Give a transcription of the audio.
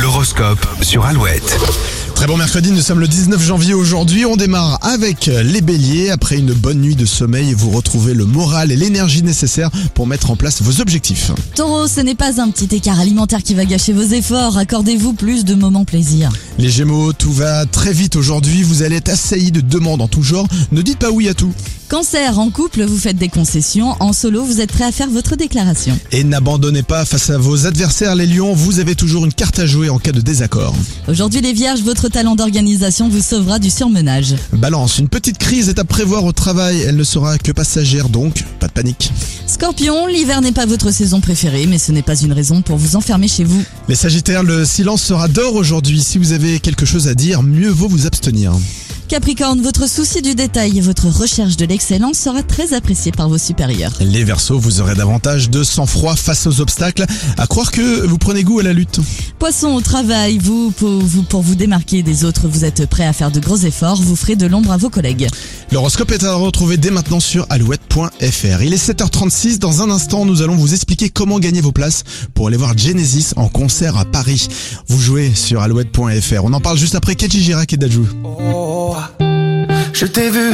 L'horoscope sur Alouette. Très bon mercredi, nous sommes le 19 janvier aujourd'hui. On démarre avec les béliers. Après une bonne nuit de sommeil, vous retrouvez le moral et l'énergie nécessaires pour mettre en place vos objectifs. Taureau, ce n'est pas un petit écart alimentaire qui va gâcher vos efforts. Accordez-vous plus de moments plaisir. Les gémeaux, tout va très vite aujourd'hui. Vous allez être assaillis de demandes en tout genre. Ne dites pas oui à tout. Cancer, en couple, vous faites des concessions. En solo, vous êtes prêt à faire votre déclaration. Et n'abandonnez pas face à vos adversaires, les lions. Vous avez toujours une carte à jouer en cas de désaccord. Aujourd'hui, les vierges, votre talent d'organisation vous sauvera du surmenage. Balance, une petite crise est à prévoir au travail. Elle ne sera que passagère, donc pas de panique. Scorpion, l'hiver n'est pas votre saison préférée, mais ce n'est pas une raison pour vous enfermer chez vous. Les sagittaires, le silence sera d'or aujourd'hui. Si vous avez quelque chose à dire, mieux vaut vous abstenir. Capricorne, votre souci du détail et votre recherche de l'excellence sera très appréciée par vos supérieurs. Les Verseaux, vous aurez davantage de sang-froid face aux obstacles. À croire que vous prenez goût à la lutte. Poisson, au travail, vous pour, vous, pour vous démarquer des autres, vous êtes prêt à faire de gros efforts, vous ferez de l'ombre à vos collègues. L'horoscope est à retrouver dès maintenant sur alouette.fr. Il est 7h36. Dans un instant, nous allons vous expliquer comment gagner vos places pour aller voir Genesis en concert à Paris. Vous jouez sur alouette.fr. On en parle juste après Kedji Girac et Dajou. Je t'ai vu.